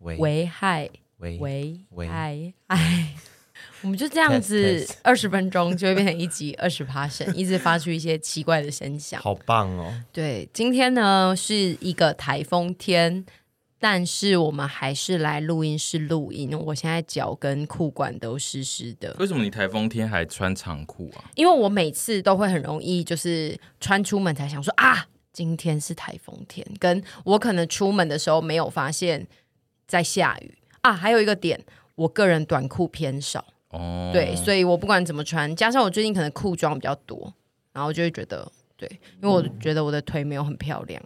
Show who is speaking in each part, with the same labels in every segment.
Speaker 1: 喂
Speaker 2: 危害
Speaker 1: 喂
Speaker 2: 危
Speaker 1: 喂
Speaker 2: 害哎， 我们就这样
Speaker 1: Test,
Speaker 2: 子
Speaker 1: test
Speaker 2: 二十分钟就会变成一集 二十趴声，一直发出一些奇怪的声响。
Speaker 1: 好棒哦！
Speaker 2: 对，今天呢是一个台风天，但是我们还是来录音室录音。我现在脚跟裤管都湿湿的，
Speaker 3: 为什么你台风天还穿长裤啊？
Speaker 2: 因为我每次都会很容易就是穿出门才想说啊，今天是台风天，跟我可能出门的时候没有发现在下雨啊。还有一个点，我个人短裤偏少，
Speaker 1: 嗯
Speaker 3: 哦，
Speaker 2: 对，所以我不管怎么穿，加上我最近可能裤装比较多，然后就会觉得对，因为我觉得我的腿没有很漂亮，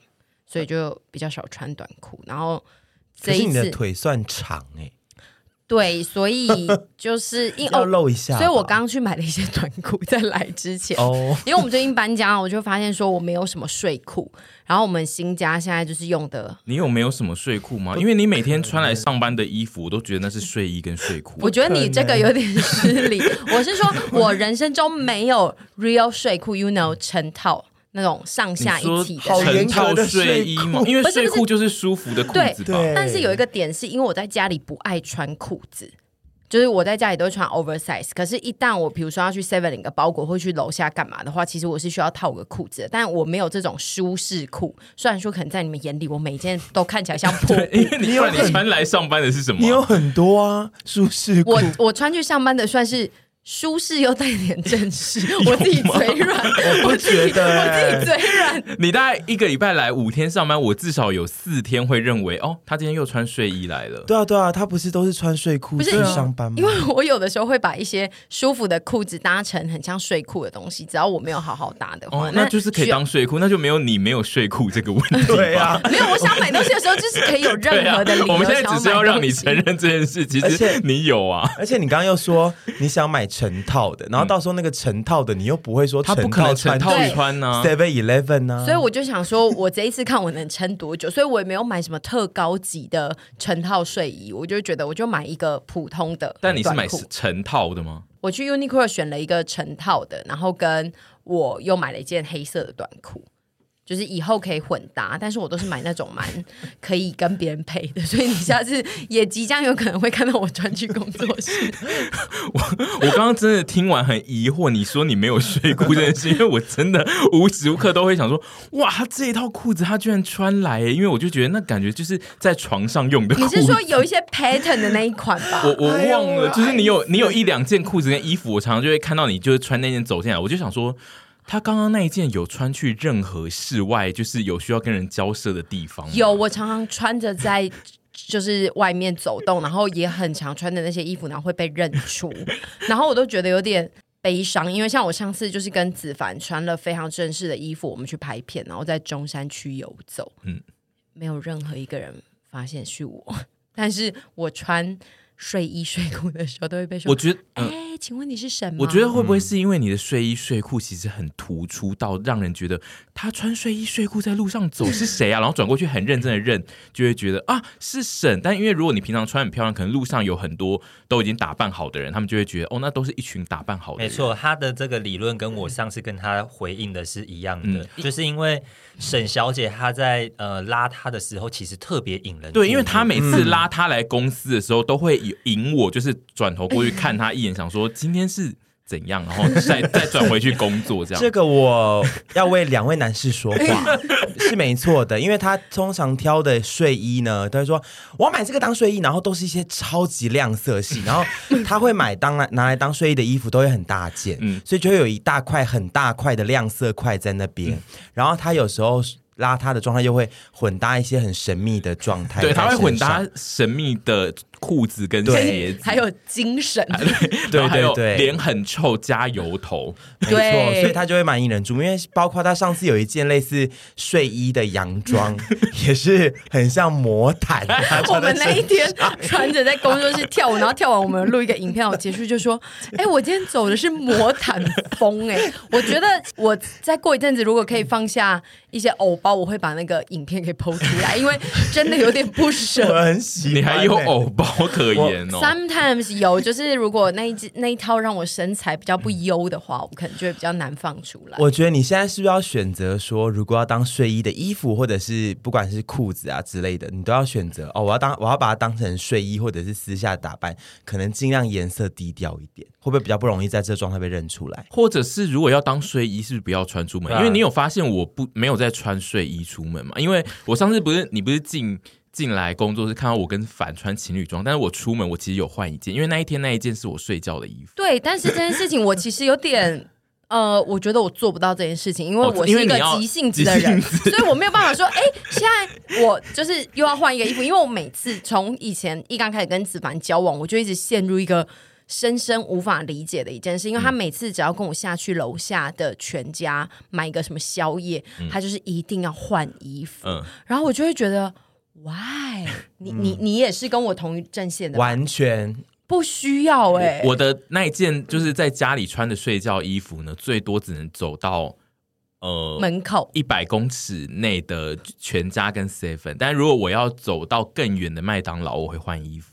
Speaker 2: 所以就比较少穿短裤。然后
Speaker 1: 可
Speaker 2: 这
Speaker 1: 是
Speaker 2: 一
Speaker 1: 你的
Speaker 2: 次
Speaker 1: 腿算长哎、
Speaker 2: 对，所以就是因
Speaker 1: 要
Speaker 2: 哦，
Speaker 1: 露一下吧。
Speaker 2: 所以我刚去买了一些短裤，在来之前。
Speaker 1: 哦，
Speaker 2: 因为我们最近搬家，我就发现说我没有什么睡裤，然后我们新家现在就是用的，
Speaker 3: 你有没有什么睡裤吗？因为你每天穿来上班的衣服，我都觉得那是睡衣跟睡裤。
Speaker 2: 我觉得你这个有点失礼。 我是说我人生中没有 real 睡裤，you know 成套那种上
Speaker 3: 你
Speaker 2: 下一
Speaker 3: 说
Speaker 2: 体的
Speaker 1: 好
Speaker 3: 成
Speaker 1: 严格
Speaker 3: 套
Speaker 1: 的
Speaker 3: 睡衣
Speaker 1: 睡
Speaker 3: 吗
Speaker 1: 裤？
Speaker 3: 因为
Speaker 2: 不是
Speaker 3: 睡
Speaker 2: 不
Speaker 3: 裤就是舒服的裤子吧。
Speaker 1: 对
Speaker 2: 但是有一个点是因为我在家里不爱穿裤子，就是我在家里都会穿 oversize，可是，一旦我比如说要去 Seven 领个包裹，或去楼下干嘛的话，其实我是需要套个裤子的，但我没有这种舒适裤。虽然说可能在你们眼里，我每件都看起来像 破
Speaker 3: 因为
Speaker 1: 你
Speaker 3: 你
Speaker 1: 有
Speaker 3: 不然你
Speaker 1: 很
Speaker 3: 穿来上班的是什么啊？
Speaker 1: 你有很多啊，舒适裤
Speaker 2: 我。我穿去上班的算是舒适又带点正 式，我自己嘴软，
Speaker 1: 我不觉得欸
Speaker 2: 我自己嘴软。
Speaker 3: 你大概一个礼拜来五天上班，我至少有四天会认为哦，他今天又穿睡衣来了。
Speaker 1: 对啊对啊，他不是都是穿睡裤
Speaker 2: 不
Speaker 1: 去
Speaker 2: 是
Speaker 1: 上班吗？
Speaker 2: 因为我有的时候会把一些舒服的裤子搭成很像睡裤的东西，只要我没有好好搭的话，
Speaker 3: 哦，那就是可以当睡裤，那就没有你没有睡裤这个问题。
Speaker 1: 对啊，
Speaker 2: 没有，我想买东西的时候就是可以有
Speaker 3: 对
Speaker 2: 任
Speaker 3: 啊
Speaker 2: 何的理由、，
Speaker 3: 我们现在只是要让你承
Speaker 2: 成。
Speaker 3: 认这件事，其
Speaker 1: 而且
Speaker 3: 实你有啊。
Speaker 1: 而且你刚刚又说你想买成套的，然后到时候那个成套的你又不会说
Speaker 3: 他不可能
Speaker 1: 成
Speaker 3: 成
Speaker 1: 套
Speaker 3: 套
Speaker 2: 对
Speaker 3: 穿啊呢、
Speaker 1: Seven Eleven 啊呢，
Speaker 2: 所以我就想说，我这一次看我能撑多久，所以我也没有买什么特高级的成套睡衣，我就觉得我就买一个普通的。
Speaker 3: 但你是买
Speaker 2: 短裤
Speaker 3: 成套的吗？
Speaker 2: 我去 Uniqlo 选了一个成套的，然后跟我又买了一件黑色的短裤，就是以后可以混搭，但是我都是买那种蛮可以跟别人配的， 所以你下次也即将有可能会看到我穿去工作室。
Speaker 3: 我刚刚真的听完很疑惑，你说你没有睡裤这件事，因为我真的无时无刻都会想说，哇，他这一套裤子他居然穿来耶，因为我就觉得那感觉就是在床上用的裤
Speaker 2: 你
Speaker 3: 子。
Speaker 2: 是说有一些 pattern 的那一款吧？
Speaker 3: 我我
Speaker 1: 哎呦
Speaker 3: 忘
Speaker 1: 我
Speaker 3: 了，就是你
Speaker 1: 爱
Speaker 3: 有
Speaker 1: 死
Speaker 3: 你有一两件裤子跟衣服，我常常就会看到你就是穿那件走进来，我就想说，他刚刚那一件有穿去任何室外，就是有需要跟人交涉的地方吗
Speaker 2: 有，我常常穿着在就是外面走动，然后也很常穿的那些衣服，然后会被认 出，然后我都觉得有点。悲伤，因为像我上次就是跟子凡穿了非常正式的衣服，我们去拍片，然后在中山区游走，嗯
Speaker 3: 嗯，
Speaker 2: 没有任何一个人发现是我， 但是我穿睡衣睡裤的时候都会被说
Speaker 3: 我，觉得，
Speaker 2: 哎、
Speaker 3: 嗯、
Speaker 2: 请问你是什么？
Speaker 3: 我觉得会不会是因为你的睡衣睡裤其实很突出，到让人觉得他穿睡衣睡裤在路上走 是谁啊？然后转过去很认真的认，就会觉得啊是沈。但因为如果你平常穿很漂亮，可能路上有很多都已经打扮好的人，他们就会觉得哦，那都是一群打扮好的
Speaker 4: 没
Speaker 3: 人。
Speaker 4: 错，他的这个理论跟
Speaker 3: 嗯
Speaker 4: 我上次跟他回应的是一样的，就是因为沈小姐她在呃拉他的时候，其实特别引人
Speaker 3: 对，
Speaker 4: 注
Speaker 3: 因为
Speaker 4: 目
Speaker 3: 他每次拉他来公司的时候，都会有引我，就是转头过去看他一眼，想说今天是怎样，然后再 再转回去工作这样。
Speaker 1: 这个我要为两位男士说 话，是没错的，因为他通常挑的睡衣呢，他会说我要买这个当睡衣，然后都是一些超级亮色 系，然后他会买当来拿来当睡衣的衣服都会很大件，
Speaker 3: 嗯
Speaker 1: 所以就会有一大块很大块的亮色块在那
Speaker 3: 嗯
Speaker 1: 边，然后他有时候。邋遢的状态又会混搭一些很神秘的状态在
Speaker 3: 对，
Speaker 1: 身上，
Speaker 3: 他会混搭神秘的裤子跟
Speaker 1: 对
Speaker 3: 鞋子，
Speaker 2: 还有精 神，
Speaker 3: 然后还有
Speaker 1: 对对对
Speaker 3: 脸很臭加油头，
Speaker 1: 没错，
Speaker 2: 对
Speaker 1: 所以他就会蛮引人注目，因为包括他上次有一件类似睡衣的洋 装，也是很像魔毯。他
Speaker 2: 我
Speaker 1: 穿在
Speaker 2: 们
Speaker 1: 身
Speaker 2: 那一天 穿着在工作室跳舞，然后跳完我们录一个影片，我结束就 说：“哎、我今天欸 走的是魔毯风、哎，我觉得我再过一阵子如果可以放下一些偶包，我会把那个影片给剖出 来，因为真的有点不 舍。
Speaker 1: 我很喜欢、欸
Speaker 3: 你还有？哦偶包可言哦。
Speaker 2: Sometimes 有，就是如果那一只那一套让我身材比较不优的话，我可能就会比较难放出来。
Speaker 1: 我觉得你现在是不是要选择说，如果要当睡衣的衣服，或者是不管是裤子啊之类的，你都要选择哦。我要当，我要把它当成睡衣，或者是私下打扮，可能尽量颜色低调一点，会不会比较不容易在这状态被认出来？
Speaker 3: 或者是如果要当睡衣，是不是不要穿出门？
Speaker 4: 对啊
Speaker 3: 因为你有发现我不没有在穿睡衣出门嘛？因为我上次不是你不是进进来工作室看到我跟凡穿情侣装，但是我出门我其实有换一件，因为那一天那一件是我睡觉的衣服。
Speaker 2: 对，但是这件事情我其实有点。呃，我觉得我做不到这件事情，因为
Speaker 3: 哦
Speaker 2: 我
Speaker 3: 因
Speaker 2: 是
Speaker 3: 为
Speaker 2: 一个
Speaker 3: 你要
Speaker 2: 急性子的人，
Speaker 3: 急性
Speaker 2: 所以我没有办法说，哎、现在我就是又要换一个衣服，因为我每次从以前一刚开始跟子凡交往，我就一直陷入一个深深无法理解的一件事，因为
Speaker 3: 嗯
Speaker 2: 他每次只要跟我下去楼下的全家买一个什么宵夜，他就是一定要换衣服，
Speaker 3: 嗯，
Speaker 2: 然后我就会觉得，why？你你你也是跟我同一阵线的吧，
Speaker 1: 完全
Speaker 2: 不需要哎、
Speaker 3: 我的那一件就是在家里穿的睡觉衣服呢，最多只能走到呃
Speaker 2: 门口。
Speaker 3: 一百公尺内的全家跟 seven，但如果我要走到更远的麦当劳，我会换衣服。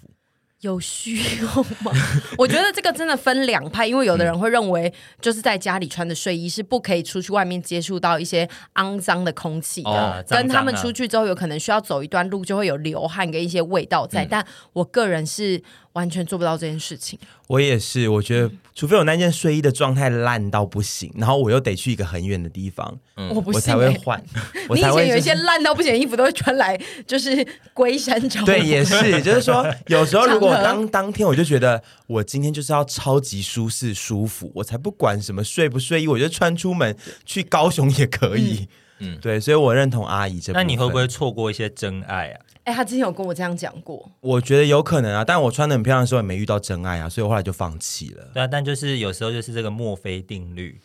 Speaker 2: 有需要吗？ 我觉得这个真的分两派，因为有的人会认为，就是在家里穿的睡衣是不可以出去外面接触到一些肮脏的空气的，
Speaker 3: 哦
Speaker 4: 脏脏啊
Speaker 2: 跟他们出去之后有可能需要走一段路，就会有流汗跟一些味道
Speaker 1: 嗯
Speaker 2: 在。但我个人是完全做不到这件事情。
Speaker 1: 我也是，我觉
Speaker 4: 嗯
Speaker 1: 得除非我那件睡衣的状态烂到不行，然后我又得去一个很远的地方，
Speaker 4: 嗯
Speaker 2: 我不
Speaker 1: 嗯我
Speaker 2: 信、
Speaker 1: 才会
Speaker 2: 欸，
Speaker 1: 换。我
Speaker 2: 你以
Speaker 1: 才
Speaker 2: 前
Speaker 1: 会
Speaker 2: 有一些
Speaker 1: 就是
Speaker 2: 烂到不行的衣服都会穿来，就是龟山岛。
Speaker 1: 对，也是，就是说，有时候如果
Speaker 2: 场合
Speaker 1: 当当天我就觉得我今天就是要超级舒适舒服，我才不管什么睡不睡衣，我就穿出门去高雄也可以。嗯，对，所以我认同阿姨这。
Speaker 4: 那你会不会？错过一些真爱啊？
Speaker 2: 哎、他之前有跟我这样讲过，
Speaker 1: 我觉得有可能啊，但我穿的很漂亮的时候也没遇到真爱啊，所以我后来就放弃了。
Speaker 4: 对啊，但就是有时候就是这个墨菲定律，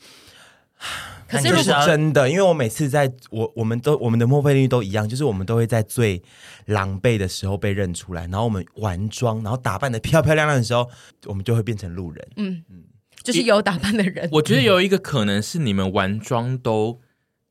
Speaker 2: 可
Speaker 4: 那
Speaker 2: 是
Speaker 4: 你
Speaker 1: 这
Speaker 2: 如
Speaker 4: 就是
Speaker 2: 果。
Speaker 4: 要
Speaker 1: 真的，因为我每次在我我们都我们的墨菲定律都一样，就是我们都会在最狼狈的时候被认出来，然后我们完妆，然后打扮的漂漂亮亮的时候，我们就会变成路人。
Speaker 3: 嗯
Speaker 2: 就是有打扮的人，
Speaker 3: 我觉得有一个可能是你们玩妆都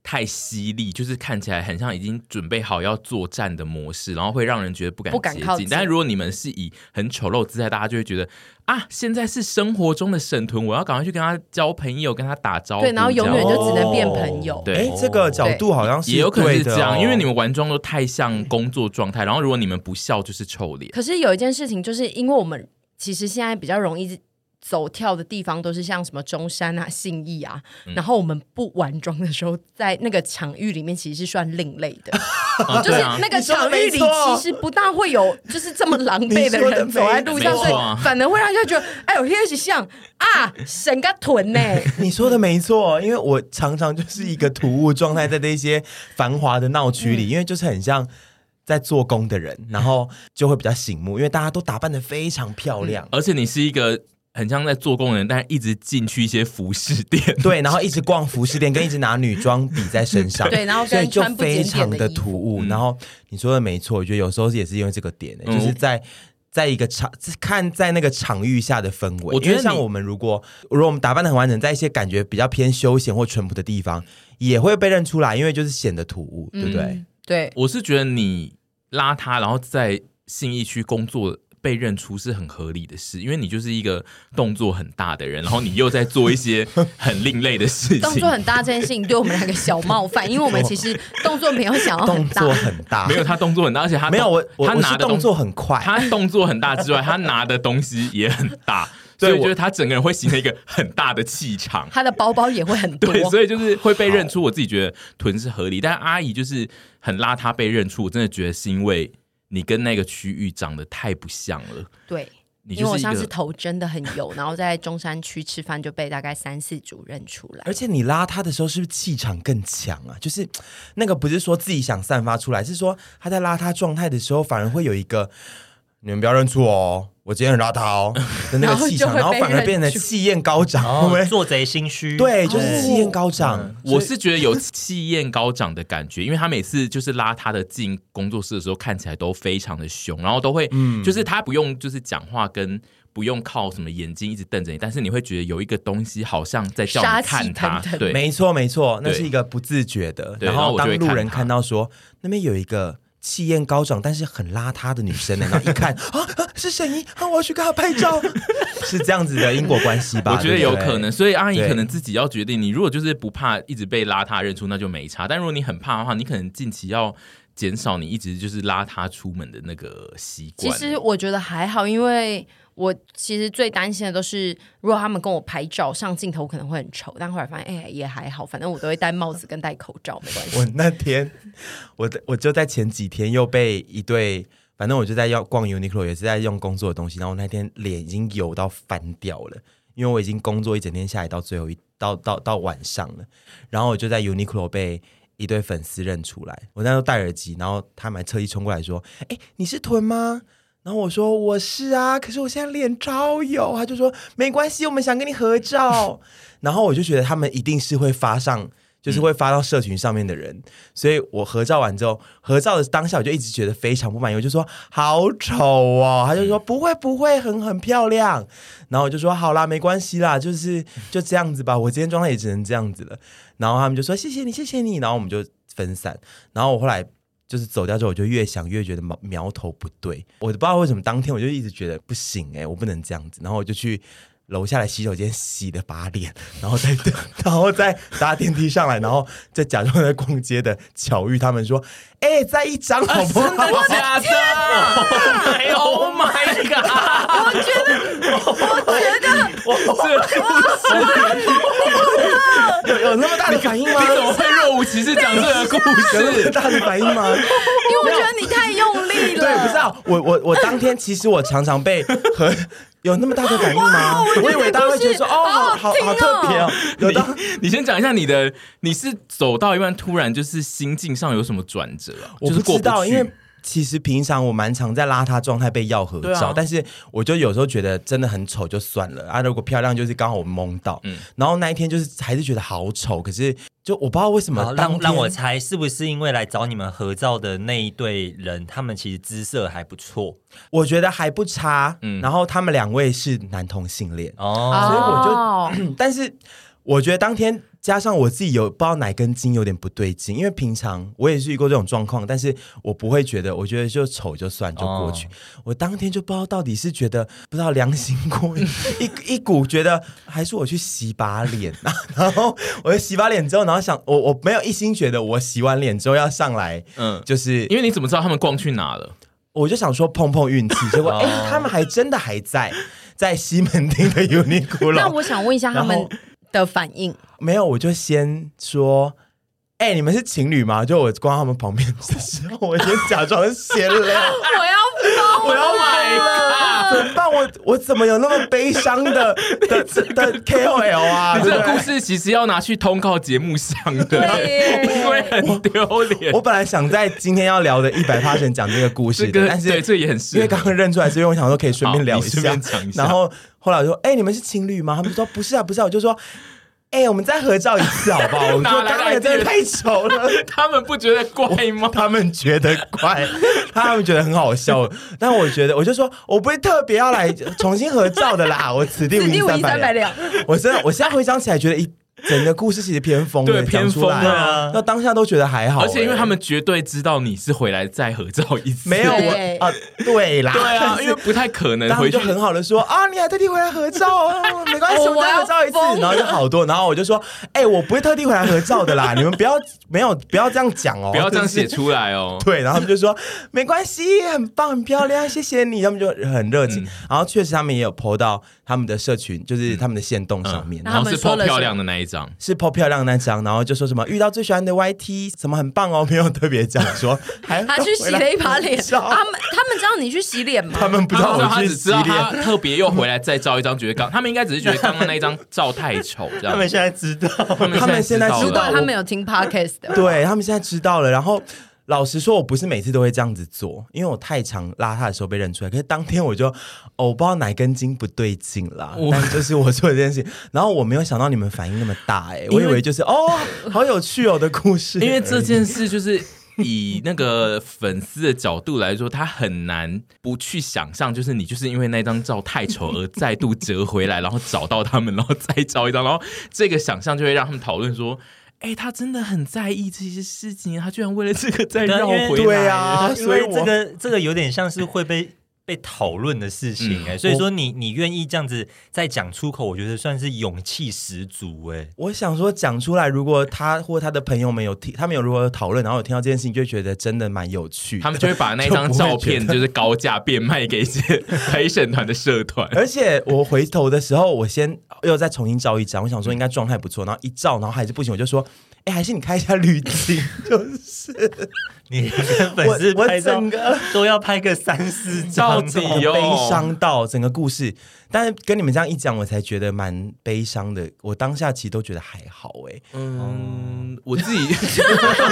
Speaker 3: 太犀利，就是看起来很像已经准备好要作战的模式，然后会让人觉得不敢
Speaker 2: 不敢
Speaker 3: 接
Speaker 2: 靠
Speaker 3: 近
Speaker 2: 近。
Speaker 3: 但是如果你们是以很丑陋的姿态，大家就会觉得啊，现在是生活中的沈屯，我要赶快去跟他交朋友，跟他打招呼。
Speaker 2: 对，然后永
Speaker 3: 这
Speaker 2: 远
Speaker 3: 样
Speaker 2: 就只能变朋友。
Speaker 3: 对
Speaker 1: 哎，这个角度好像是
Speaker 3: 也有可能是
Speaker 1: 对的
Speaker 3: 这样，
Speaker 1: 哦
Speaker 3: 因为你们玩妆都太像工作状态，然后如果你们不笑就是臭 脸。
Speaker 2: 可是有一件事情，就是因为我们其实现在比较容易走跳的地方，都是像什么中山啊、信义啊，
Speaker 3: 嗯
Speaker 2: 然后我们不玩妆的时候，在那个场域里面其实是算另类的，
Speaker 3: 啊
Speaker 2: 就是
Speaker 3: 对啊
Speaker 2: 那个场域
Speaker 1: 你
Speaker 2: 里
Speaker 1: 说得没错
Speaker 2: 其实不大会有就是这么狼狈
Speaker 1: 你说得
Speaker 2: 人走在路上，
Speaker 3: 没
Speaker 2: 所
Speaker 3: 错啊
Speaker 2: 以反而会让人家觉得，哎呦，那是像啊，省个臀 呢、
Speaker 1: 你说的没错，哦因为我常常就是一个突兀状态，在那些繁华的闹区
Speaker 3: 嗯
Speaker 1: 里，因为就是很像在做工的人，然后就会比较醒目，因为大家都打扮的非常漂亮。
Speaker 3: 而且你是一个很像在做工的人，但一直进去一些服饰店。
Speaker 1: 对，然后一直逛服饰店，跟一直拿女装比在身上，
Speaker 2: 对然后跟
Speaker 1: 所以就
Speaker 2: 穿不
Speaker 1: 非
Speaker 2: 检
Speaker 1: 常
Speaker 2: 点的
Speaker 1: 的
Speaker 2: 衣
Speaker 1: 突兀。然后你说的没错，我觉得有时候也是因为这个点、欸，
Speaker 3: 嗯
Speaker 1: 就是在。在一个场看在那个场域下的氛围，
Speaker 3: 我觉得
Speaker 1: 因为像
Speaker 3: 你
Speaker 1: 我们如果如果我们打扮的很完整，在一些感觉比较偏休闲或淳朴的地方，也会被认出来，因为就是显得突兀，对不对？
Speaker 2: 嗯对，
Speaker 3: 我是觉得你邋遢，然后在信义区工作。被认出是很合理的事，因为你就是一个动作很大的人，然后你又在做一些很另类的事情。
Speaker 2: 动作很大这件事情对我们两个小冒犯，因为我们其实动作没有想要很
Speaker 1: 动
Speaker 2: 大，
Speaker 1: 作很大，
Speaker 3: 没有他动作哦很大，而且他
Speaker 1: 没有我我
Speaker 3: 他
Speaker 1: 我
Speaker 3: 拿
Speaker 1: 是
Speaker 3: 的
Speaker 1: 动
Speaker 3: 东
Speaker 1: 作很快，
Speaker 3: 他动作很大之外，他拿的东西也很大，所 以
Speaker 1: 对
Speaker 3: 我
Speaker 1: 我
Speaker 3: 觉得他整个人会形成一个很大的气场。
Speaker 2: 他的包包也会很多。
Speaker 3: 对，所以就是会被认出。我自己觉得臀是合理，但阿姨就是很邋遢被认出，我真的觉得是因为你跟那个区域长得太不像了。
Speaker 2: 对
Speaker 3: 你
Speaker 2: 因为
Speaker 3: 就
Speaker 2: 我
Speaker 3: 是一
Speaker 2: 上次
Speaker 3: 个
Speaker 2: 头真的很油，然后在中山区吃饭就被大概三四组认出来
Speaker 1: 而。且你拉他的时候，是不是气场更强啊？就是那个不是说自己想散发出来，是说他在拉他状态的时候，反而会有一个你们不要认出我哦，我今天很邋遢哦的那个气 场，然
Speaker 2: 然后
Speaker 1: 后
Speaker 2: 就会被
Speaker 1: 反而变得
Speaker 2: 认出
Speaker 1: 气焰高涨，
Speaker 3: 哦
Speaker 1: 会不会
Speaker 4: 做贼心虚，
Speaker 1: 对，就是
Speaker 2: 哦
Speaker 1: 气焰高涨。
Speaker 3: 我是觉得有气焰高涨的感觉，因为他每次就是拉他的进工作室的时候，看起来都非常的凶，然后都会，
Speaker 2: 嗯
Speaker 3: 就是他不用就是讲话跟不用靠什么眼睛一直瞪着你，但是你会觉得有一个东西好像在叫
Speaker 2: 杀
Speaker 3: 你
Speaker 2: 气
Speaker 3: 看他，
Speaker 2: 腾腾
Speaker 3: 对，
Speaker 1: 没错，没错，那
Speaker 3: 对
Speaker 1: 是一个不自觉的。
Speaker 3: 对
Speaker 1: 然
Speaker 3: 然后
Speaker 1: 后
Speaker 3: 我就
Speaker 1: 当
Speaker 3: 会
Speaker 1: 路
Speaker 3: 看
Speaker 1: 人
Speaker 3: 他
Speaker 1: 看到说那边有一个气焰高涨但是很邋遢的女生呢，然 后一看啊啊是沈怡，啊我要去跟她拍照， 是这样子的因果关系吧？
Speaker 3: 我觉得有
Speaker 1: 对不对
Speaker 3: 可能，。所以阿姨
Speaker 1: 对
Speaker 3: 可能自己要决定。你如果就是不怕一直被邋遢认出，那就没差；但如果你很怕的话，你可能近期要减少你一直就是邋遢出门的那个习
Speaker 2: 其
Speaker 3: 惯。
Speaker 2: 实我觉得还好，因为我其实最担心的都是，如果他们跟我拍照上镜头可能会很丑，但后来发现哎、也还好，反正我都会戴帽子跟戴口罩，没关系。
Speaker 1: 我那天，我的我就在前几天又被一对，反正我就在要逛 Uniqlo，也是在用工作的东西，然后我那天脸已经油到翻掉了，因为我已经工作一整天下来到最后一到到到晚上了，然后我就在 Uniqlo 被。一对粉丝认出来，我那时候戴耳机，然后他们还特意冲过来说：“哎，你是豚吗？”然后我说：“我是啊，可是我现在脸超油。”他就说：“没关系，我们想跟你合照。”然后我就觉得他们一定是会发上，就是会发到社群上面的人，所以我合照完之后，合照的当下我就一直觉得非常不满意，我就说好丑哦，他就说不会不会，很很漂亮，然后我就说好啦，没关系啦，就是就这样子吧，我今天状态也只能这样子了，然后他们就说谢谢你谢谢你，然后我们就分散，然后我后来。就是走掉之后，我就越想越觉得苗苗头不对，我不知道为什么当天我就一直觉得不行哎、我不能这样子，然后我就去楼下的洗手间洗的把脸，然后再然后再搭电梯上来，然后再假装在逛街的巧遇他们说，哎、再一张好不好？
Speaker 4: 哦
Speaker 3: 哦假的 ？Oh my god！我觉得，我觉得，
Speaker 1: 有有那么大的反应吗？
Speaker 3: 这你怎么会若无其事讲这个故
Speaker 1: 有那么
Speaker 3: 事？
Speaker 1: 大的反应吗？
Speaker 2: 因为我觉得你太用
Speaker 1: 对，
Speaker 2: 力
Speaker 1: 不
Speaker 2: 了，
Speaker 1: 是啊，我我我当天其实我常常被和有那么大的反应吗？我以为大家会觉得说哦，好好好特别哦，有当
Speaker 3: 你先讲一下你的，你是走到一半突然就是心境上有什么转折啊？
Speaker 1: 我
Speaker 3: 就是
Speaker 1: 不
Speaker 3: 过
Speaker 1: 知道，
Speaker 3: 去
Speaker 1: 因为其实平常我蛮常在邋遢状态被要合
Speaker 3: 对
Speaker 1: 照，
Speaker 3: 啊
Speaker 1: 但是我就有时候觉得真的很丑就算了啊，如果漂亮就是刚好我蒙到，
Speaker 3: 嗯
Speaker 1: 然后那一天就是还是觉得好丑，可是就我不知道为什么
Speaker 4: 好，
Speaker 1: 当天
Speaker 4: 让让我猜，是不是因为来找你们合照的那一对人，他们其实姿色还不错
Speaker 1: 我觉得还不差，
Speaker 3: 嗯
Speaker 1: 然后他们两位是男同性恋，
Speaker 4: 哦？
Speaker 1: 所以我就
Speaker 2: 就
Speaker 1: 但是我觉得当天加上我自己有不知道哪根筋有点不对劲，因为平常我也是遇过这种状况，但是我不会觉得，我觉得就丑就算就过去。
Speaker 3: 哦
Speaker 1: 我当天就不知道到底是觉得不知道良心过 一一股觉得还是我去洗把脸啊，然后我就洗把脸之后，然后想我我没有一心觉得我洗完脸之后要上来，
Speaker 3: 嗯，
Speaker 1: 就是
Speaker 3: 因为你怎么知道他们逛去哪了？
Speaker 1: 我就想说碰碰运气，结果哎、
Speaker 4: 哦
Speaker 1: 他们还真的还在在西门町的 Uniqlo。
Speaker 2: 那我想问一下他
Speaker 1: 然
Speaker 2: 们
Speaker 1: 后
Speaker 2: 的反应，
Speaker 1: 没有，我就先说，哎、你们是情侣吗？就我逛他们旁边的时 候，我先假装闲聊，
Speaker 2: 我要疯
Speaker 3: Oh
Speaker 1: 我要买了，怎么办？我我怎么有那么悲 伤的的的的 KOL 啊？
Speaker 3: 你这
Speaker 1: 对
Speaker 3: 个
Speaker 1: 不对
Speaker 3: 故事其实要拿去通告节目上的，
Speaker 2: 对
Speaker 3: 因为很丢脸
Speaker 1: 我。本来想在今天要聊的一百 p a 讲这个故事
Speaker 3: 这
Speaker 1: 的，
Speaker 3: 个
Speaker 1: 但是
Speaker 3: 对，这也很适
Speaker 1: 因为
Speaker 3: 合
Speaker 1: 刚。刚认出来，所以我想说可以顺便聊一
Speaker 3: 好你顺
Speaker 1: 下
Speaker 3: 便讲一，下
Speaker 1: 然后后来我说：“哎、你们是情侣吗？”他们就说：“不是啊，不是啊。”我就说：“哎、我们再合照一次好不 好？”我
Speaker 3: 哪
Speaker 1: 说：“
Speaker 3: 来的
Speaker 1: 刚刚那个真的太丑了。”
Speaker 3: 他们不觉得怪吗？
Speaker 1: 他们觉得怪， 他们觉得很好笑。但我觉得，我就说我不会特别要来重新合照的 啦，我此地无
Speaker 2: 此地
Speaker 1: 银
Speaker 2: 无银
Speaker 1: 三
Speaker 2: 三
Speaker 1: 百
Speaker 2: 百
Speaker 1: 两
Speaker 2: 两。
Speaker 1: 我真的，我现在回想起来，觉得一整个故事其实偏疯
Speaker 3: 对
Speaker 1: 了，讲出来
Speaker 3: 偏疯啊
Speaker 1: 那当下都觉得还好、
Speaker 3: 而且因为
Speaker 1: 欸
Speaker 3: 他们绝对知道你是回来再合照一次，
Speaker 1: 没 有
Speaker 2: 对
Speaker 1: 我啊，对啦，
Speaker 3: 对啊，
Speaker 1: 但
Speaker 3: 因
Speaker 1: 是
Speaker 3: 为不太可能
Speaker 1: 然后
Speaker 3: 回去
Speaker 1: 就。很好的说啊，你还特地回来合照 哦，没关系，
Speaker 2: 哦
Speaker 1: 我们再合照一次
Speaker 2: 我要疯，
Speaker 1: 然后就好多，然后我就说，哎、我不会特地回来合照的啦，你们 不要没有不要这样讲哦，
Speaker 3: 不要这样
Speaker 1: 就是
Speaker 3: 写出来哦！
Speaker 1: 对，然后他们就说没关系，很棒，很漂亮，谢谢你。他 们就很热
Speaker 2: 嗯
Speaker 1: 情，然后确实他们也有 PO 到他们的社群，就是他们的线动上面，
Speaker 2: 那
Speaker 1: 然后
Speaker 3: 然
Speaker 2: 他
Speaker 3: 后
Speaker 2: 们
Speaker 3: 是
Speaker 2: 说
Speaker 3: 泡
Speaker 2: 了
Speaker 3: 漂
Speaker 2: 什
Speaker 3: 亮的那一张，
Speaker 1: 是 PO 漂亮那张，然后就说什么遇到最喜欢的 YT，什么很棒哦，没有特别讲 说，还
Speaker 2: 他去洗了一把脸，啊
Speaker 1: 照
Speaker 2: 他们他们知道你去洗脸吗？
Speaker 1: 他们不知道
Speaker 3: 他们
Speaker 1: 我
Speaker 3: 他
Speaker 1: 去
Speaker 3: 只
Speaker 1: 洗
Speaker 3: 知道他
Speaker 1: 脸。
Speaker 3: 特别又回来再照一张，觉得刚他们应该只是觉得刚刚那一张照太丑，这样。
Speaker 1: 现在知道，
Speaker 3: 他们
Speaker 1: 他们现在
Speaker 3: 知
Speaker 1: 知
Speaker 3: 道
Speaker 2: 如果
Speaker 1: 道
Speaker 3: 了
Speaker 1: 我，
Speaker 2: 他们有听 podcast 的，
Speaker 1: 对他们现在知道了，然后。老实说，我不是每次都会这样子做，因为我太常邋遢的时候被认出来。可是当天我就，哦，我不知道哪根筋不对劲啦，但就是我做的这件事情。然后我没有想到你们反应那么大、哎，我以为就是哦，好有趣哦的故事。
Speaker 3: 因为这件事就是 以那个粉丝的角度来说，他很难不去想象，就是你就是因为那张照太丑而再度折回来，然后找到他们，然后再照一张，然后这个想象就会让他们讨论说。哎、他真的很在意这些事情，他居然为了这个再
Speaker 4: 对啊
Speaker 3: 绕
Speaker 4: 因为
Speaker 3: 回来。
Speaker 1: 对啊，
Speaker 4: 因
Speaker 1: 所以
Speaker 4: 为
Speaker 1: 我
Speaker 4: 这个这个有点像是会被被讨论的事情哎、所以说你你愿意这样子再讲出口，我觉得算是勇气十足哎、
Speaker 1: 我想说讲出来，如果他或他的朋友们有听，他们有如果有讨论，然后有听到这件事情，就会觉得真的蛮有趣的
Speaker 3: 他们就会把那张照片就是高价变卖给一些陪审团的社团。
Speaker 1: 而且我回头的时候，我先又再重新照一张，我想说应该状态不错，然后一照，然后还是不行，我就说，哎，还是你开一下滤镜，就是
Speaker 4: 你跟粉
Speaker 1: 我
Speaker 4: 丝
Speaker 1: 我
Speaker 4: 拍照
Speaker 1: 整个
Speaker 4: 都要拍个三四
Speaker 3: 到
Speaker 4: 张哦，
Speaker 3: 底哎呦
Speaker 1: 悲伤到整个故事。但是跟你们这样一讲，我才觉得蛮悲伤的。我当下其实都觉得还好、哎，
Speaker 3: 嗯，我 自己，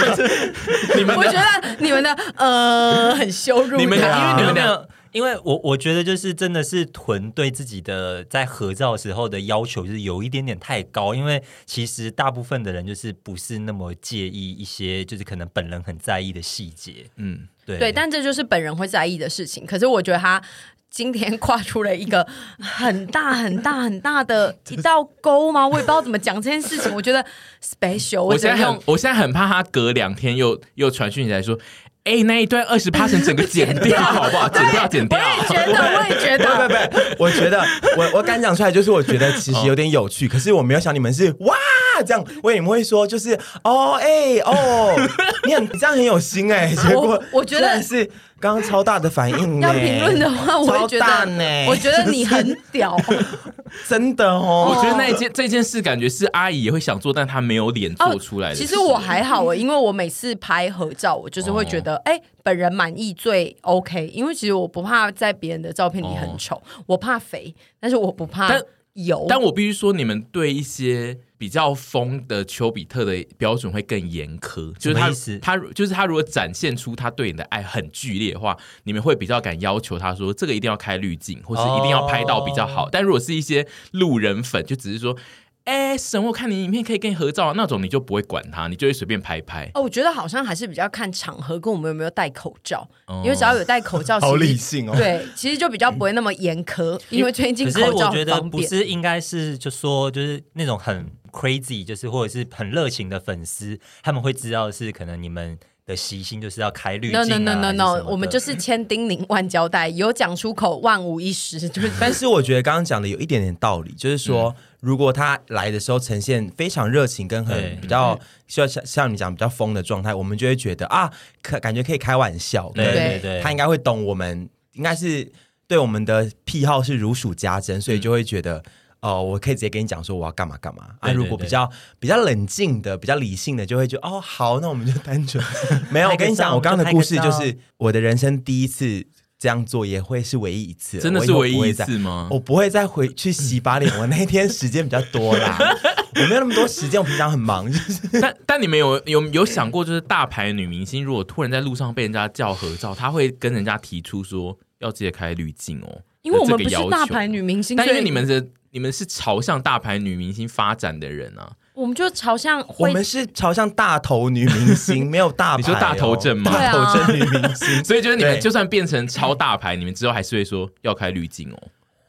Speaker 3: 你们
Speaker 2: 我觉得你们的呃很羞辱
Speaker 3: 你们
Speaker 2: 他
Speaker 3: 因为
Speaker 4: 啊没
Speaker 3: 你
Speaker 4: 有
Speaker 3: 们
Speaker 4: 没
Speaker 3: 俩
Speaker 4: 有，因为我我觉得就是真的是屯对自己的在合照的时候的要求就是有一点点太高，因为其实大部分的人就是不是那么介意一些就是可能本人很在意的细节，
Speaker 3: 嗯，
Speaker 4: 对
Speaker 2: 对，但这就是本人会在意的事情。可是我觉得他今天跨出了一个很大很大很大 的一道沟吗？我也不知道怎么讲这件事情。我觉得 special，
Speaker 3: 我
Speaker 2: 只
Speaker 3: 现
Speaker 2: 能
Speaker 3: 在
Speaker 2: 用
Speaker 3: 很，我现在很怕他隔两天又又传讯起来说，哎、那一段二十八成 整个剪掉，好不好？剪掉，剪
Speaker 2: 我
Speaker 3: 掉。
Speaker 2: 也觉得，我也觉
Speaker 1: 不
Speaker 2: 得。
Speaker 1: 不不，我觉得我我敢讲出来，就是我觉得其实有点有趣，可是我没有想你们是哇这样，我以为你们会说就是哦哎、哦，你很你这样很有心哎、结果
Speaker 2: 我我觉得
Speaker 1: 居然是刚刚超大的反应、呢
Speaker 2: 要评论的话，我会觉
Speaker 1: 超大
Speaker 2: 得，
Speaker 3: 欸
Speaker 1: 呢
Speaker 2: 我觉得 你 很屌，
Speaker 1: 真的
Speaker 3: 我
Speaker 1: 哦，
Speaker 3: 觉得那一件这件事，感觉是阿姨也会想做，但她没有脸做出来的事、
Speaker 2: 哦
Speaker 3: 哦
Speaker 2: 其实我还好欸，因为我每次拍合照，我就是会觉得，哎、本人满意最 OK。因为其实我不怕在别人的照片里很丑，我怕肥，但是我不怕
Speaker 3: 哦但
Speaker 2: 油。
Speaker 3: 但我必须说，你们对一些比较疯的丘比特的标准会更严苛，就是
Speaker 4: 什
Speaker 3: 他
Speaker 4: 么意思
Speaker 3: 他就是他如果展现出他对你的爱很剧烈的话，你们会比较敢要求他说这个一定要开滤镜，或是一定要拍到比较
Speaker 1: 哦
Speaker 3: 好。但如果是一些路人粉，就只是说。哎，神，我看你影片可以跟你合照啊那种，你就不会管他，你就会随便拍拍。
Speaker 2: 哦，我觉得好像还是比较看场合，跟我们有没有戴口罩。
Speaker 3: 哦
Speaker 2: 因为只要有戴口罩，
Speaker 1: 好
Speaker 2: 其实
Speaker 1: 理性哦
Speaker 2: 对，其实就比较不会那么严苛，因为最近
Speaker 4: 可是
Speaker 2: 口
Speaker 4: 我
Speaker 2: 罩
Speaker 4: 觉
Speaker 2: 很
Speaker 4: 得
Speaker 2: 方
Speaker 4: 不
Speaker 2: 便。
Speaker 4: 是应该是就说就是那种很 crazy，就是或者是很热情的粉丝，他们会知道是可能你们的习性就是要开滤镜、啊、
Speaker 2: No no no no no，我们就是是千叮咛万交代，有讲出口万无一失，就是
Speaker 1: 但是我觉得刚刚讲的有一点点道理，就是说，如果他来的时候呈现非常热情跟
Speaker 4: 对
Speaker 1: 很比较像像像你讲比较疯的状态，我们就会觉得啊，可感觉可以开玩笑，
Speaker 4: 对
Speaker 1: 跟
Speaker 2: 对
Speaker 4: 对
Speaker 1: 他应该会懂我们，应该是对我们的癖好是如数家珍，所以就会觉得。哦，我可以直接跟你讲说我要干嘛干嘛啊！
Speaker 4: 对对
Speaker 1: 如果比较比较冷静的、比较理性的，就会觉得哦，好，那我们就单纯没有。我
Speaker 4: 拍个
Speaker 1: 跟你讲，
Speaker 4: 照
Speaker 1: 我刚刚的
Speaker 4: 就拍个
Speaker 1: 故事就
Speaker 4: 照
Speaker 1: 是我的人生第一次这样做，也会是唯一一次了，
Speaker 3: 真的
Speaker 1: 我以
Speaker 3: 是
Speaker 1: 后
Speaker 3: 唯
Speaker 1: 不
Speaker 3: 一
Speaker 1: 会
Speaker 3: 一
Speaker 1: 再
Speaker 3: 次吗？
Speaker 1: 我不会再回去洗把脸，我那天时间比较多 啦，我没有那么多时间，我平常很忙， 就是
Speaker 3: 但但你们有有有想过，就是大牌女明星如果突然在路上被人家叫合照，她会跟人家提出说要记得开滤镜哦，
Speaker 2: 因为我们
Speaker 3: 这
Speaker 2: 不
Speaker 3: 个
Speaker 2: 是
Speaker 3: 要求
Speaker 2: 大牌女明星，
Speaker 3: 但因
Speaker 2: 所
Speaker 3: 为
Speaker 2: 以
Speaker 3: 你们的你们是朝向大牌女明星发展的人啊，
Speaker 2: 我们就朝向
Speaker 1: 我
Speaker 2: 会
Speaker 1: 们是朝向大头女明星，没有大牌哦、
Speaker 3: 你说大头症吗
Speaker 1: 大头症女明星，
Speaker 3: 所以就是你们
Speaker 1: 对
Speaker 3: 就算变成超大牌，你们之后还是会说要开滤镜哦。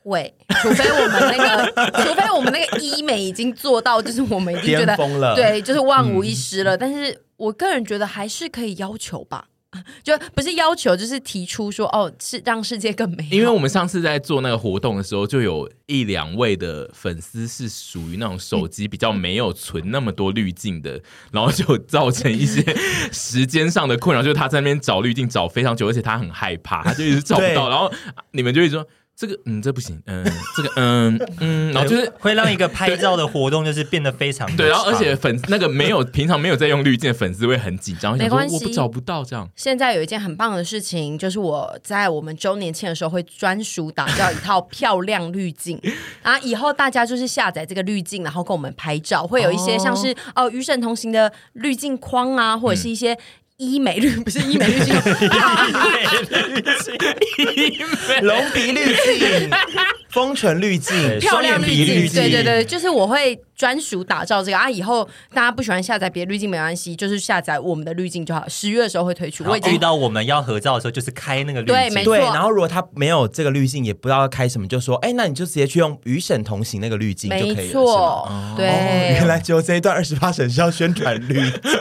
Speaker 2: 会，除非我们那 个，除非我们那个医美已经做到，就是我们已经觉得
Speaker 1: 巅峰了
Speaker 2: 对，就是万
Speaker 3: 嗯
Speaker 2: 无一失了。但是我个人觉得还是可以要求吧， 就不是要求，就是提出说哦，是让世界更美好。
Speaker 3: 因为我们上次在做那个活动的时候，就有一两位的粉丝是属于那种手机比较没有存那么多滤镜的，然后就造成一些时间上的困扰，就是他在那边找滤镜找非常久，而且他很害怕，他就一直找不
Speaker 1: 对
Speaker 3: 到，然后你们就会说。这个嗯，这不行，嗯，这个嗯嗯，然后就是
Speaker 4: 会让一个拍照的活动就是变得非常的
Speaker 3: 对，然后而且
Speaker 4: 长
Speaker 3: 粉那个没有平常没有在用滤镜的粉丝会很紧张，想
Speaker 2: 没
Speaker 3: 说
Speaker 2: 关系
Speaker 3: 我不找不到这样。
Speaker 2: 现在有一件很棒的事情，就是我在我们周年庆的时候会专属打造一 套漂亮滤镜，啊，以后大家就是下载这个滤镜，然后哦
Speaker 3: 嗯
Speaker 2: 跟我们拍照，会有一些像是哦与、神同行的滤镜框啊，或者是一些。医美滤， 不是医美滤镜，
Speaker 3: 啊
Speaker 1: 隆鼻滤 镜、丰唇滤镜、
Speaker 2: 漂亮
Speaker 1: 双眼
Speaker 2: 滤
Speaker 1: 皮
Speaker 2: 镜，
Speaker 1: 镜，
Speaker 2: 对对对，就是我会专属打造这个啊。以后大家不喜欢下载别的滤镜没关系，就是下载我们的滤镜就好。十月的时候会推出，
Speaker 4: 然后
Speaker 2: 我已经
Speaker 4: 遇到我们要合照的时候，就是开那个滤镜，
Speaker 2: 对没
Speaker 1: 对，
Speaker 2: 错
Speaker 1: 然后如果他没有这个滤镜，也不知道要开什么，就说，哎，那你就直接去用与省同行那个滤镜就可
Speaker 2: 没
Speaker 1: 以了。是吗哦
Speaker 2: 错，对
Speaker 1: 原，来只有这一段二十八省是要宣传滤镜，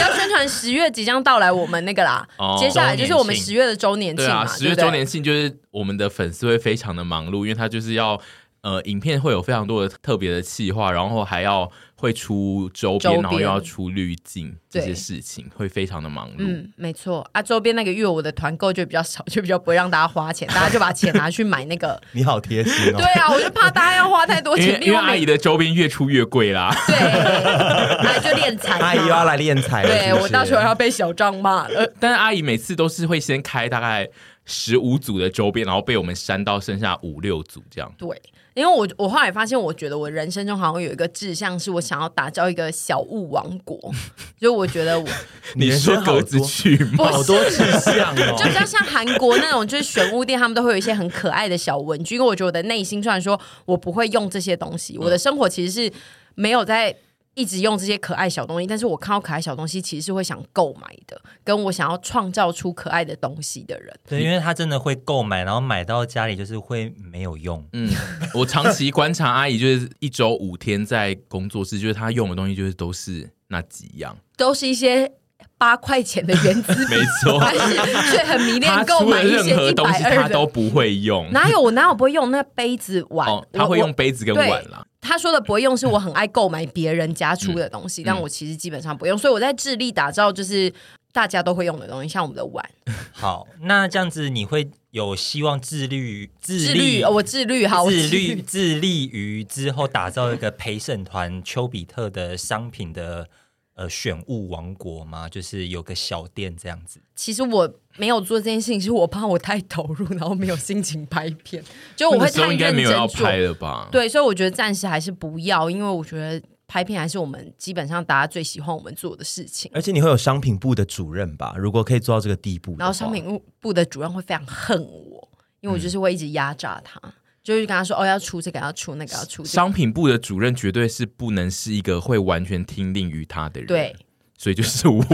Speaker 2: 要宣传十月即将到来，我们那个啦
Speaker 3: 哦，
Speaker 2: 接下来就是我们
Speaker 3: 周年庆
Speaker 2: 十月的周年庆
Speaker 3: 对
Speaker 2: 嘛
Speaker 3: 啊，，十月
Speaker 2: 对
Speaker 3: 周
Speaker 2: 不对
Speaker 3: 年庆就是我们的粉丝会非常的忙碌，因为他就是要呃，影片会有非常多的特别的企划，然后还要会出周
Speaker 2: 周
Speaker 3: 边，
Speaker 2: 边
Speaker 3: 然后又要出滤镜这
Speaker 2: 对
Speaker 3: 些事情，会非常的忙碌。
Speaker 2: 嗯，没错啊，周边那个月我的团购就比较少，就比较不会让大家花钱，大家就把钱拿去买那个。
Speaker 1: 你好贴心哦
Speaker 2: 对。啊，我就怕大家要花太多
Speaker 3: 因为
Speaker 2: 钱，
Speaker 3: 因为
Speaker 2: 外
Speaker 3: 阿姨的周边越出越贵啦，
Speaker 2: 对，阿姨就练财嘛，
Speaker 1: 阿姨又要来练财了，
Speaker 2: 对
Speaker 1: 是不是
Speaker 2: 我到时候要被小张骂了。
Speaker 3: 但是阿姨每次都是会先开大概十五组的周边，然后被我们删到剩下五六组这样。
Speaker 2: 对，因为我我后来发现，我觉得我人生中好像有一个志向，是我想要打造一个小物王国。就我觉得 我
Speaker 1: 你
Speaker 3: 你
Speaker 1: 人
Speaker 3: 说
Speaker 1: 生好
Speaker 3: 格子
Speaker 1: 多
Speaker 3: 去 吗？
Speaker 1: 好多志向哦
Speaker 2: 就。比较像韩国那种，就是玄物店，他们都会有一些很可爱的小文具。因为我觉得我的内心虽然说我不会用这些东西，
Speaker 3: 嗯
Speaker 2: 我的生活其实是没有在。一直用这些可爱小东西，但是我看到可爱小东西，其实是会想购买的，跟我想要创造出可爱的东西的人。
Speaker 4: 对，因为他真的会购买，然后买到家里就是会没有用。
Speaker 3: 嗯，我长期观察阿姨，就是一周五天在工作室，就是她用的东西就是都是那几样，
Speaker 2: 都是一些八块钱的原 资
Speaker 3: 没 错。
Speaker 2: 但是却很迷
Speaker 3: 她
Speaker 2: 恋购
Speaker 3: 出
Speaker 2: 买
Speaker 3: 的
Speaker 2: 一
Speaker 3: 任
Speaker 2: 些
Speaker 3: 何
Speaker 2: 一
Speaker 3: 东
Speaker 2: 百
Speaker 3: 西她
Speaker 2: 二
Speaker 3: 都
Speaker 2: 的。
Speaker 3: 不会 用，
Speaker 2: 哪有我哪有不会用那杯子碗？
Speaker 3: 哦，她
Speaker 2: 我
Speaker 3: 会用。杯子跟碗
Speaker 2: 对
Speaker 3: 啦。
Speaker 2: 他说的不会用是我很爱购买别人家出的东
Speaker 3: 嗯
Speaker 2: 西，但我其实基本上不用，所以我在致力打造就是大家都会用的东西，像我们的碗。
Speaker 4: 好，那这样子你会有希望自律、自
Speaker 2: 自
Speaker 4: 律
Speaker 2: 律，、哦我自律好，我
Speaker 4: 自律、自立于之后打造一个陪审团丘比特的商品的呃选物王国吗？就是有个小店这样子。
Speaker 2: 其实我没有做这件事情，是我怕我太投入，然后没有心情拍 片，就我
Speaker 3: 那
Speaker 2: 会
Speaker 3: 个时
Speaker 2: 太
Speaker 3: 候
Speaker 2: 认
Speaker 3: 应该
Speaker 2: 真
Speaker 3: 没有要
Speaker 2: 做
Speaker 3: 拍了吧？
Speaker 2: 对，所以我觉得暂时还是不要，因为我觉得拍片还是我们基本上大家最喜欢我们做的事情。
Speaker 1: 而且你会有商品部的主任吧？如果可以做到这个地步的话，
Speaker 2: 然后商品部部的主任会非常恨我，因为我就是会一直压榨他，就是跟他说哦要出这个要出那个要出这个。
Speaker 3: 嗯商品部的主任绝对是不能是一个会完全听令于他的人，
Speaker 2: 对，
Speaker 3: 所以就 是我。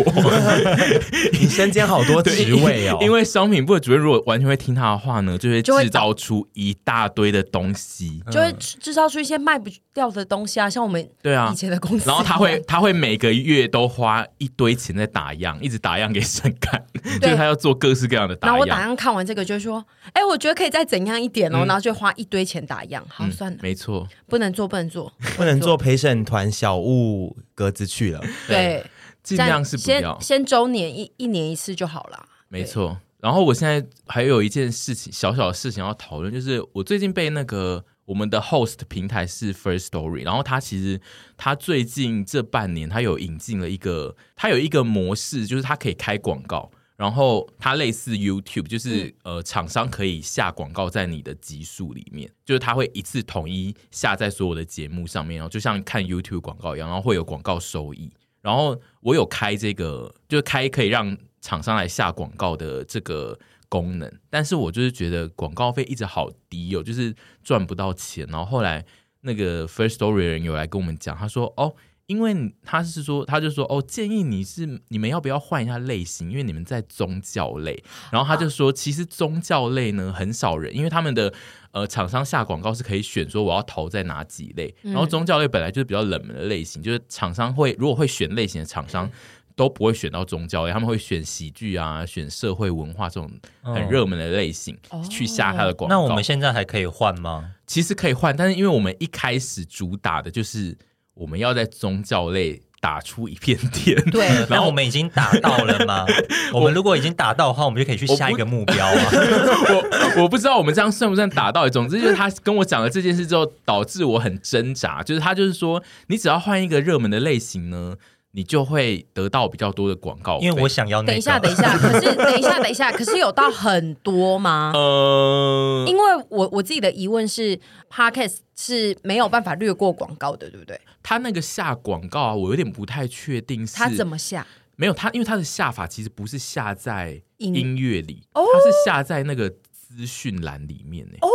Speaker 1: 你身兼好多
Speaker 3: 对
Speaker 1: 职位哦，
Speaker 3: 因为商品部的主任如果完全会听他的话呢，就会
Speaker 2: 就会
Speaker 3: 制造出一大堆的东 西。
Speaker 2: 就会制造出一些卖不掉的东西啊，像我们
Speaker 3: 对啊
Speaker 2: 以前的公司，
Speaker 3: 然后他
Speaker 2: 啊
Speaker 3: 会，他会每个月都花一堆钱在打样，一直打样给神看， 就是他要做各式各样的
Speaker 2: 然
Speaker 3: 打
Speaker 2: 后我打
Speaker 3: 样。
Speaker 2: 样看完这个就会说，哎，我觉得可以再怎样一点哦，
Speaker 3: 嗯
Speaker 2: 然后就花一堆钱打样，好算了，
Speaker 3: 没错，
Speaker 2: 不能做不能做，
Speaker 1: 不能做陪审团小物格子去 了。
Speaker 2: 对，
Speaker 3: 尽
Speaker 2: 但
Speaker 3: 量是不要
Speaker 2: 先。先周年一一年一次就好了，
Speaker 3: 没错。然后我现在还有一件事情，小小的事情要讨论，就是我最近被那个我们的 host 平台是 First Story，然后它其实它最近这半年它有引进了一个，它有一个模式，就是它可以开广告。然后它类似 YouTube，就是、呃，厂商可以下广告在你的集数里面，就是它会一次统一下在所有的节目上面，然后就像看 YouTube 广告一样，然后会有广告收益。然后我有开这个，就是开可以让厂商来下广告的这个功能，但是我就是觉得广告费一直好低哦，就是赚不到钱。然后后来那个 First Story 的人有来跟我们讲，他说哦。因为他是说，他就说哦，建议你是你们要不要换一下类型，因为你们在宗教类。然后他就说，其实宗教类呢很少人，因为他们的呃厂商下广告是可以选说我要投在哪几类，然后宗教类本来就是比较冷门的类型，就是厂商会如果会选类型的厂商。都不会选到宗教类，他们会选喜剧啊，选社会文化这种很热门的类型、去下他的广告。
Speaker 4: 那我们现在还可以换吗？
Speaker 3: 其实可以换，但是因为我们一开始主打的就是我们要在宗教类打出一片天，
Speaker 2: 对，
Speaker 4: 呃那我们已经达到了吗？我们如果已经达到的话，我们就可以去下一个目 标啊。
Speaker 3: 我我不知道我们这样算不算打到。总之就是他跟我讲了这件事之后，导致我很挣扎。就是他就是说，你只要换一个热门的类型呢，你就会得到比较多的广告费。
Speaker 4: 因为我想要那个。
Speaker 2: 等一下，等一下，可是等一下，等一下，可是有到很多吗？
Speaker 3: 呃，
Speaker 2: 因为我我自己的疑问是，podcast 是没有办法略过广告的，对不对？
Speaker 3: 他那个下广告啊，我有点不太确定是
Speaker 2: 它怎么下？
Speaker 3: 没有他，因为他的下法其实不是下在
Speaker 2: 音
Speaker 3: 音乐里，
Speaker 2: 哦
Speaker 3: 他是下在那个资讯栏里面呢。哦，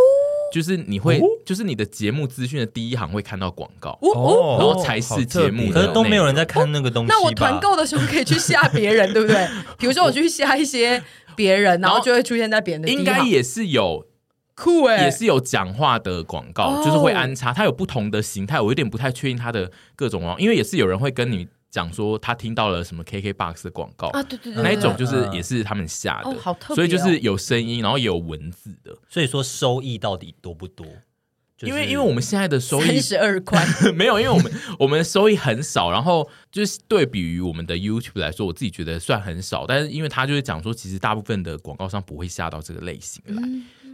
Speaker 3: 就是你会，
Speaker 4: 哦
Speaker 3: 就是你的节目资讯的第一行会看到广告，
Speaker 2: 哦哦，
Speaker 1: 哦
Speaker 3: 然后才是节目
Speaker 1: 好特别
Speaker 3: 的
Speaker 4: 哦可
Speaker 3: 内
Speaker 4: 是
Speaker 3: 容，
Speaker 4: 都没有人在看那个东西吧？
Speaker 2: 那我团购的时候可以去吓别人，对不 对？比如说我去吓一些别人，然后就会出现在别人的
Speaker 3: 应
Speaker 2: 地
Speaker 3: 该
Speaker 2: 方
Speaker 3: 也是有
Speaker 2: 酷哎、
Speaker 3: 也是有讲话的广告，
Speaker 2: 哦
Speaker 3: 就是会安插，它有不同的形态，我有点不太确定它的各种广告，因为也是有人会跟你讲说他听到了什么 KKBOX 的广告。
Speaker 2: 啊，对对对，
Speaker 3: 那一
Speaker 2: 对
Speaker 3: 种
Speaker 2: 对
Speaker 4: 嗯
Speaker 3: 就是也是他们下的，
Speaker 2: 哦好特别哦
Speaker 3: 所以就是有声音，然后也有文字的。
Speaker 4: 所以说收益到底多不多？就是
Speaker 3: 因为因为我们现在的收
Speaker 2: 三
Speaker 3: 益
Speaker 2: 十二 块，
Speaker 3: 没有，因为我们我们的收益很少，然后就是对比于我们的 YouTube 来说，我自己觉得算很少。但是因为他就是讲说，其实大部分的广告商不会下到这个类型来，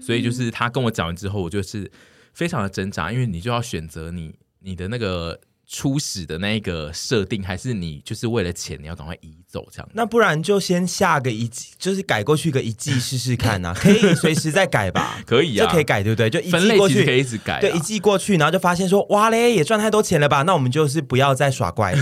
Speaker 3: 所以就是他跟我讲完之后，我就是非常的挣扎，因为你就要选择你你的那个初始的那个设定，还是你就是为了钱你要赶快移走这样。。
Speaker 1: 那不然就先下个一季，就是改过去个一季试试看啊，可以随时再改吧
Speaker 3: 可以啊
Speaker 1: 就可以改，对不对？就一
Speaker 3: 分
Speaker 1: 季
Speaker 3: 类
Speaker 1: 过
Speaker 3: 其实可以一
Speaker 1: 去，
Speaker 3: 直改啊、
Speaker 1: 对，一季过去，然后就发现说，哇嘞，也赚太多钱了吧？那我们就是不要再耍 怪了，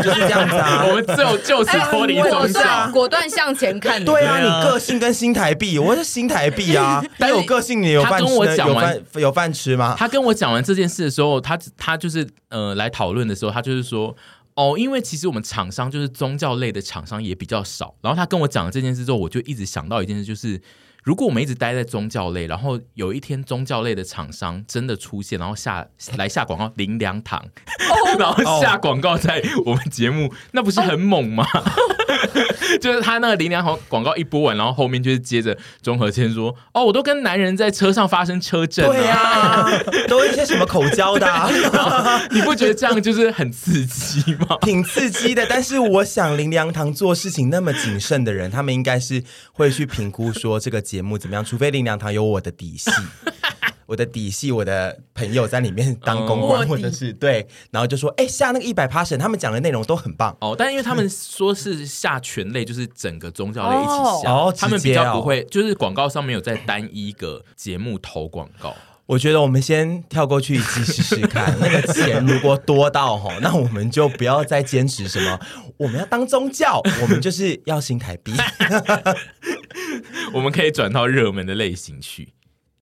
Speaker 1: 就是这样子啊
Speaker 3: 我。们只有就此脱离
Speaker 1: 哎
Speaker 3: 宗
Speaker 2: 果
Speaker 1: 是
Speaker 3: 教。
Speaker 1: 啊
Speaker 2: 断果断向前看，
Speaker 1: 对啊，
Speaker 4: 对啊
Speaker 1: 你个性跟新台币，我是新台币啊。
Speaker 3: 但
Speaker 1: 但
Speaker 3: 是
Speaker 1: 有个性，你有
Speaker 3: 他
Speaker 1: 饭
Speaker 3: 跟
Speaker 1: 吃？
Speaker 3: 我讲
Speaker 1: 有
Speaker 3: 完
Speaker 1: 饭有饭吃吗？
Speaker 3: 他跟我讲完这件事的时候，他他就是呃来讨论的时候，他就是说。哦，因为其实我们厂商就是宗教类的厂商也比较少。然后他跟我讲了这件事之后，我就一直想到一件事，就是如果我们一直待在宗教类，然后有一天宗教类的厂商真的出现，然后下来下广告林良堂，然后下广告在我们节目，那不是很猛吗？ 就是他那个林良堂广告一播完，然后后面就是接着钟和谦说：“哦，我都跟男人在车上发生车震、
Speaker 1: 对啊， 都一些什么口交的、啊，
Speaker 3: 你不觉得这样就是很刺激 吗？
Speaker 1: 挺刺激的。但是我想，林良堂做事情那么谨慎的人，他们应该是会去评估说这个节目怎么样，除非林良堂有我的底细。我的底细，我的朋友在里面当公
Speaker 2: 卧
Speaker 1: 关，
Speaker 2: 底
Speaker 1: 或者是对，然后就说，哎、下那个一百 passion，他们讲的内容都很棒，
Speaker 3: 哦，但因为他们说是下全类，就是整个宗教类一起下，
Speaker 1: 哦哦
Speaker 3: 他们
Speaker 1: 直
Speaker 3: 比
Speaker 1: 接哦
Speaker 3: 较不会，就是广告上面有在单一个节目投广 告。
Speaker 1: 我觉得我们先跳过去一季试试看，那个钱如果多到吼，那我们就不要再坚持什么，我们要当宗教，我们就是要新台币。
Speaker 3: 我们可以转到热门的类型去。